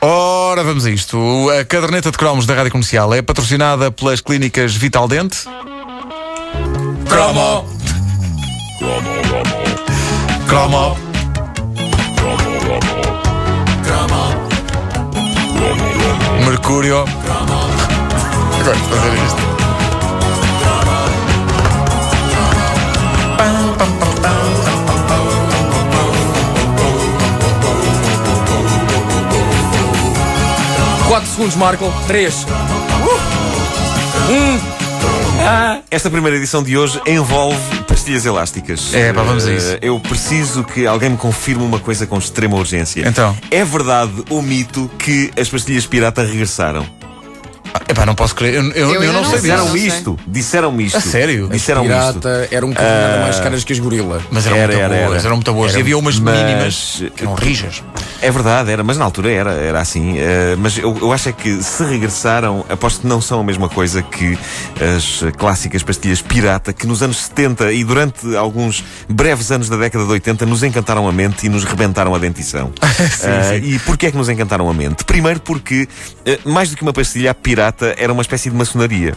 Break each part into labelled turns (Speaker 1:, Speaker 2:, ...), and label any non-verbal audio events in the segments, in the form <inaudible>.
Speaker 1: Ora, vamos a isto. A caderneta de cromos da Rádio Comercial é patrocinada pelas clínicas Vital Dente. Cromo! Cromo! Mercúrio. Agora vou fazer isto.
Speaker 2: Quatro segundos, Marco. Três.
Speaker 3: Esta primeira edição de hoje envolve pastilhas elásticas.
Speaker 1: É, pá, vamos a
Speaker 3: Eh,
Speaker 1: isso.
Speaker 3: Eu preciso que alguém me confirme uma coisa com extrema urgência.
Speaker 1: Então?
Speaker 3: É verdade ou mito que as pastilhas pirata regressaram?
Speaker 1: Ah, Epá, não posso crer. Eu, eu- eu
Speaker 4: ainda
Speaker 1: não
Speaker 4: não
Speaker 1: sei disso.
Speaker 4: sei.
Speaker 3: Disseram
Speaker 4: não sei.
Speaker 3: isto. Disseram-me isto.
Speaker 1: A sério?
Speaker 3: Disseram-me isto.
Speaker 2: Pirata era um bocadinho nada
Speaker 1: Ah.
Speaker 2: mais caras que as gorila.
Speaker 1: Mas eram
Speaker 3: Era,
Speaker 1: muito
Speaker 3: era,
Speaker 1: boas,
Speaker 3: era.
Speaker 1: eram muito boas. e
Speaker 3: Era,
Speaker 1: havia umas
Speaker 3: mas-
Speaker 1: mínimas que eram rijas.
Speaker 3: É verdade, era, mas na altura era, era assim. eh, mas eu, eu acho é que se regressaram, aposto que não são a mesma coisa que as clássicas pastilhas pirata que nos anos 70 e durante alguns breves anos da década de 80 nos encantaram a mente e nos rebentaram a dentição. Eh, E porquê é que nos encantaram a mente? Primeiro porque, eh, mais do que uma pastilha, a pirata era uma espécie de maçonaria.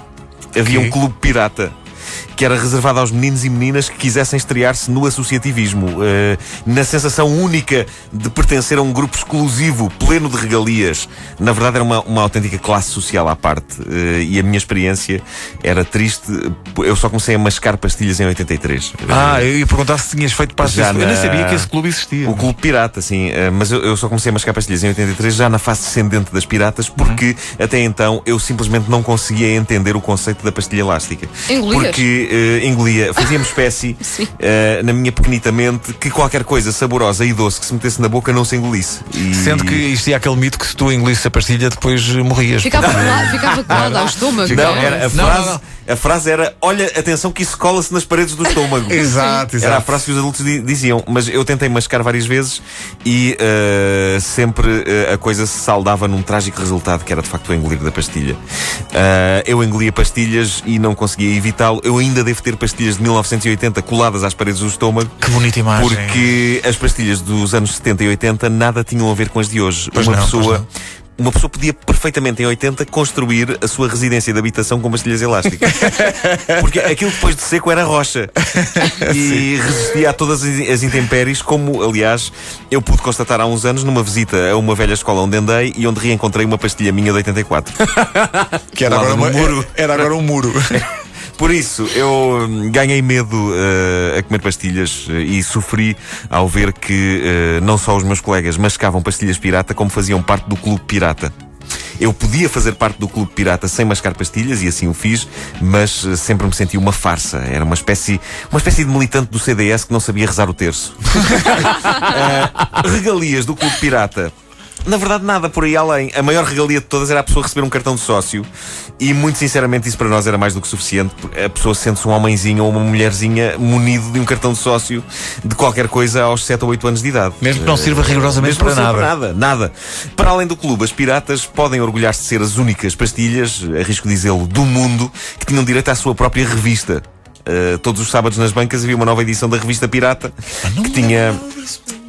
Speaker 3: Havia
Speaker 1: Ok.
Speaker 3: um clube pirata que era reservado aos meninos e meninas que quisessem estrear-se no associativismo, eh, na sensação única de pertencer a um grupo exclusivo, pleno de regalias. Na verdade, era uma, uma autêntica classe social à parte. eh, e a minha experiência era triste. Eu só comecei a mascar pastilhas em 83.
Speaker 1: Ah, eu ia perguntar se tinhas feito parte
Speaker 3: Já
Speaker 1: disso. Eu nem
Speaker 3: na-
Speaker 1: sabia que esse clube existia.
Speaker 3: O Clube Pirata, sim. eh, Mas eu, eu só comecei a mascar pastilhas em 83, já na fase descendente das
Speaker 4: Uhum.
Speaker 3: piratas, porque até então eu simplesmente não conseguia entender o conceito da pastilha elástica.
Speaker 4: Engolias?
Speaker 3: Porque eh, engolia, fazia-me espécie,
Speaker 4: <laughs> Sim.
Speaker 3: eh, na minha pequenita mente, que qualquer coisa saborosa e doce que se metesse na boca não se engolisse. E-
Speaker 1: Sendo que existia aquele mito que se tu engolisses a pastilha depois eh, morrias.
Speaker 4: Ficava colado, ficava colado ao estômago.
Speaker 3: Não,
Speaker 4: é?
Speaker 3: era, a,
Speaker 1: Não,
Speaker 3: frase,
Speaker 1: não,
Speaker 3: a frase era: olha, atenção que isso cola-se nas paredes do estômago.
Speaker 1: <laughs> Exato, exato.
Speaker 3: Era a frase que os adultos di- diziam, mas eu tentei mascar várias vezes e eh, sempre eh, a coisa se saldava num trágico resultado que era de facto o engolir da pastilha. Eh, eu engolia pastilhas e não conseguia evitá-lo. Eu ainda devo ter pastilhas de 1980 coladas às paredes do estômago.
Speaker 1: Que bonita imagem.
Speaker 3: Porque as pastilhas dos anos 70 e 80 nada tinham a ver com as de hoje.
Speaker 1: Pois
Speaker 3: uma
Speaker 1: não, pois
Speaker 3: pessoa. Uma pessoa podia perfeitamente em 80 construir a sua residência de habitação com pastilhas
Speaker 1: <laughs>
Speaker 3: elásticas. Porque aquilo depois de seco era rocha. E resistia a todas as as intempéries, como aliás eu pude constatar há uns anos numa visita a uma velha escola onde andei e onde reencontrei uma pastilha minha de 84.
Speaker 1: que era agora,
Speaker 3: colado
Speaker 1: uma,
Speaker 3: no muro.
Speaker 1: era agora um muro.
Speaker 2: É
Speaker 3: Por isso, eu hum, ganhei medo eh, a comer pastilhas eh, e sofri ao ver que eh, não só os meus colegas mascavam pastilhas pirata, como faziam parte do clube pirata. Eu podia fazer parte do clube pirata sem mascar pastilhas e assim o fiz, mas eh, sempre me senti uma farsa. Era uma espécie, uma espécie de militante do CDS que não sabia rezar o terço. Eh, <laughs> regalias do clube pirata. Na verdade, nada por aí além. A maior regalia de todas era a pessoa receber um cartão de sócio. E, muito sinceramente, isso para nós era mais do que suficiente. A pessoa sente-se um homenzinho ou uma mulherzinha munido de um cartão de sócio de qualquer coisa aos 7 ou 8 anos de idade.
Speaker 1: Mesmo que não sirva rigorosamente
Speaker 3: Mesmo
Speaker 1: para
Speaker 3: não serve
Speaker 1: nada.
Speaker 3: nada, nada. Para além do clube, as piratas podem orgulhar-se de ser as únicas pastilhas, eh, arrisco dizê-lo, do mundo, que tinham direito à sua própria revista. Uh, todos os sábados nas bancas havia uma nova edição da revista Pirata
Speaker 1: Ah,
Speaker 3: que tinha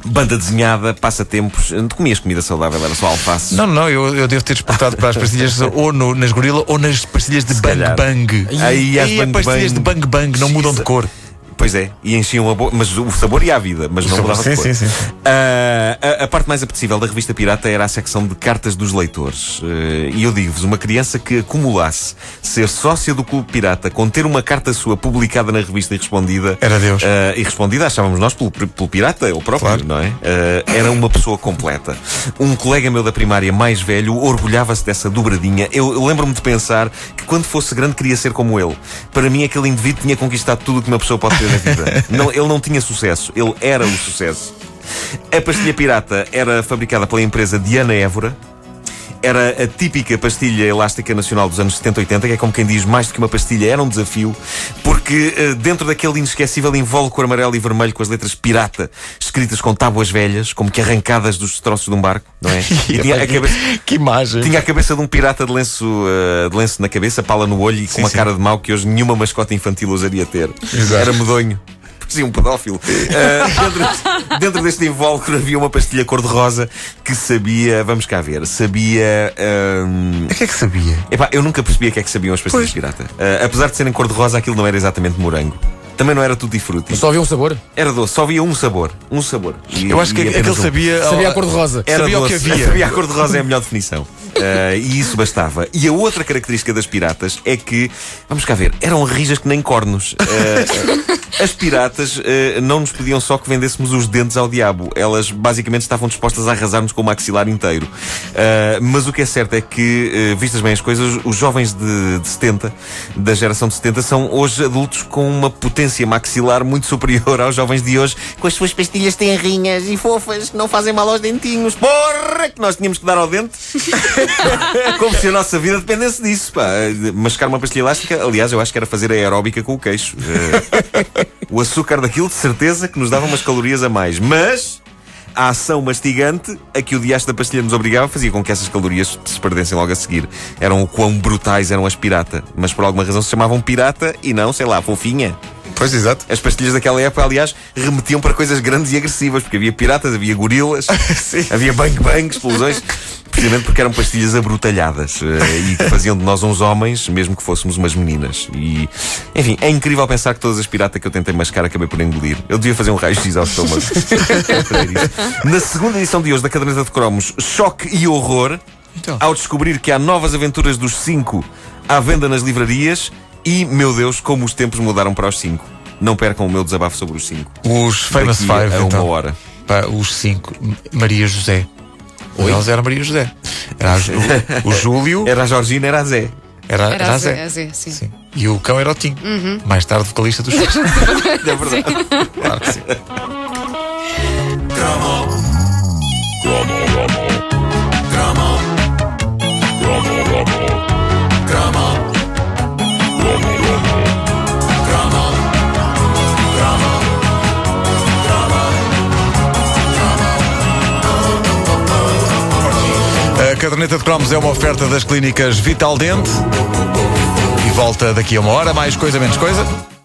Speaker 3: banda desenhada, passatempos. eh, Não comias comida saudável, era só alface.
Speaker 1: Não, não, eu, eu devo ter despertado para as pastilhas <laughs> ou no- nas gorila ou nas pastilhas de bang
Speaker 3: calhar.
Speaker 1: bang.
Speaker 3: Aí,
Speaker 1: e
Speaker 3: as
Speaker 1: as
Speaker 3: Bang
Speaker 1: pastilhas
Speaker 3: Bang.
Speaker 1: de bang bang não mudam de cor.
Speaker 3: Pois é, e enchiam a boca, mas o sabor ia à vida, mas não
Speaker 1: sabor,
Speaker 3: mudava
Speaker 1: sim,
Speaker 3: de cor.
Speaker 1: sim, sim.
Speaker 3: Ah, a, a parte mais apetecível da revista Pirata era a secção de cartas dos leitores. Eh, e eu digo-vos, uma criança que acumulasse ser sócia do Clube Pirata com ter uma carta sua publicada na revista e respondida.
Speaker 1: Era Deus.
Speaker 3: eh, e respondida, achávamos nós, pelo, pelo Pirata, ele próprio,
Speaker 1: Claro.
Speaker 3: não é? Eh, era uma pessoa completa. Um colega meu da primária mais velho orgulhava-se dessa dobradinha. Eu, eu lembro-me de pensar que quando fosse grande queria ser como ele. Para mim, aquele indivíduo tinha conquistado tudo o que uma pessoa pode ter na
Speaker 1: <laughs>
Speaker 3: vida. Não, ele não tinha sucesso, ele era o sucesso. A pastilha pirata era fabricada pela empresa Diana Évora. Era a típica pastilha elástica nacional dos anos 70 80, que é como quem diz, mais do que uma pastilha, era um desafio, porque eh, dentro daquele inesquecível invólucro amarelo e vermelho com as letras pirata, escritas com tábuas velhas, como que arrancadas dos destroços de um barco, não é? E <laughs> tinha a cabeça...
Speaker 1: Que imagem.
Speaker 3: Tinha a cabeça de um pirata de lenço, eh, de lenço na cabeça, pala no olho e com uma
Speaker 1: sim.
Speaker 3: cara de mau que hoje nenhuma mascota infantil ousaria ter.
Speaker 1: Exato.
Speaker 3: Era medonho. parecia um pedófilo. Ah, dentro, dentro deste invólucro havia uma pastilha cor-de-rosa que sabia, vamos cá ver, sabia. ahm,
Speaker 1: O que é que sabia?
Speaker 3: Epá, eu nunca percebi o que é que sabiam as pastilhas pirata. Ah, apesar de serem cor-de-rosa, aquilo não era exatamente morango. Também não era tudo e frutti.
Speaker 2: Só havia um sabor.
Speaker 3: Era doce, só havia um sabor. Um sabor. E-
Speaker 1: Eu acho que
Speaker 3: e apenas
Speaker 1: aquele
Speaker 3: um.
Speaker 1: sabia.
Speaker 2: Sabia a cor de rosa.
Speaker 1: Era sabia o que
Speaker 3: doce.
Speaker 1: havia.
Speaker 3: Sabia a cor de rosa é a melhor definição. Ah, e isso bastava. E a outra característica das piratas é que, vamos cá ver, eram rijas que nem cornos. Ah, as piratas ah, não nos pediam só que vendêssemos os dentes ao diabo. Elas basicamente estavam dispostas a arrasar-nos com o maxilar inteiro. Ah, mas o que é certo é que, ah, vistas bem as coisas, os jovens de, de 70, da geração de 70, são hoje adultos com uma potência maxilar muito superior aos jovens de hoje, com as suas pastilhas tenrinhas e fofas que não fazem mal aos dentinhos. Porra! Que nós tínhamos que dar ao dente. <laughs> Como se a nossa vida dependesse disso, pá. Eh, Mascar uma pastilha elástica, aliás, eu acho que era fazer a aeróbica com o queixo. Eh, o açúcar daquilo, de certeza, que nos dava umas calorias a mais. Mas. A ação mastigante a que o diacho da pastilha nos obrigava fazia com que essas calorias se perdessem logo a seguir. Eram o quão brutais eram as pirata. Mas por alguma razão se chamavam pirata e não, sei lá, fofinha.
Speaker 1: Pois, exato.
Speaker 3: As pastilhas daquela época, aliás, remetiam para coisas grandes e agressivas, porque havia piratas, havia gorilas, havia bang-bang, explosões, precisamente porque eram pastilhas abrutalhadas eh, e que faziam de nós uns homens, mesmo que fôssemos umas meninas. E, enfim, é incrível pensar que todas as piratas que eu tentei mascar acabei por engolir. Eu devia fazer um raio-x ao estômago. para ver isso. Na segunda edição de hoje da Caderneta de Cromos, choque e horror
Speaker 1: Então.
Speaker 3: ao descobrir que há novas aventuras dos cinco à venda nas livrarias e, meu Deus, como os tempos mudaram para os cinco. Não percam o meu desabafo sobre os cinco.
Speaker 1: Os Famous
Speaker 3: Daqui
Speaker 1: Five,
Speaker 3: a uma
Speaker 1: então.
Speaker 3: hora.
Speaker 1: Pá, os cinco. M- Maria José. Um deles era Maria José. Era a
Speaker 3: <laughs>
Speaker 1: Ju- o, o Júlio.
Speaker 3: Era a Georgina, era a Zé.
Speaker 1: Era, era,
Speaker 4: Era
Speaker 1: a
Speaker 4: a
Speaker 1: Zé.
Speaker 4: Zé, a Zé, sim.
Speaker 1: Sim. E o cão era o Tim. Mais tarde, vocalista dos Chips.
Speaker 3: É verdade.
Speaker 1: Claro que sim. A caderneta de cromos é uma oferta das clínicas Vital Dente. E volta daqui a uma hora, mais coisa, menos coisa.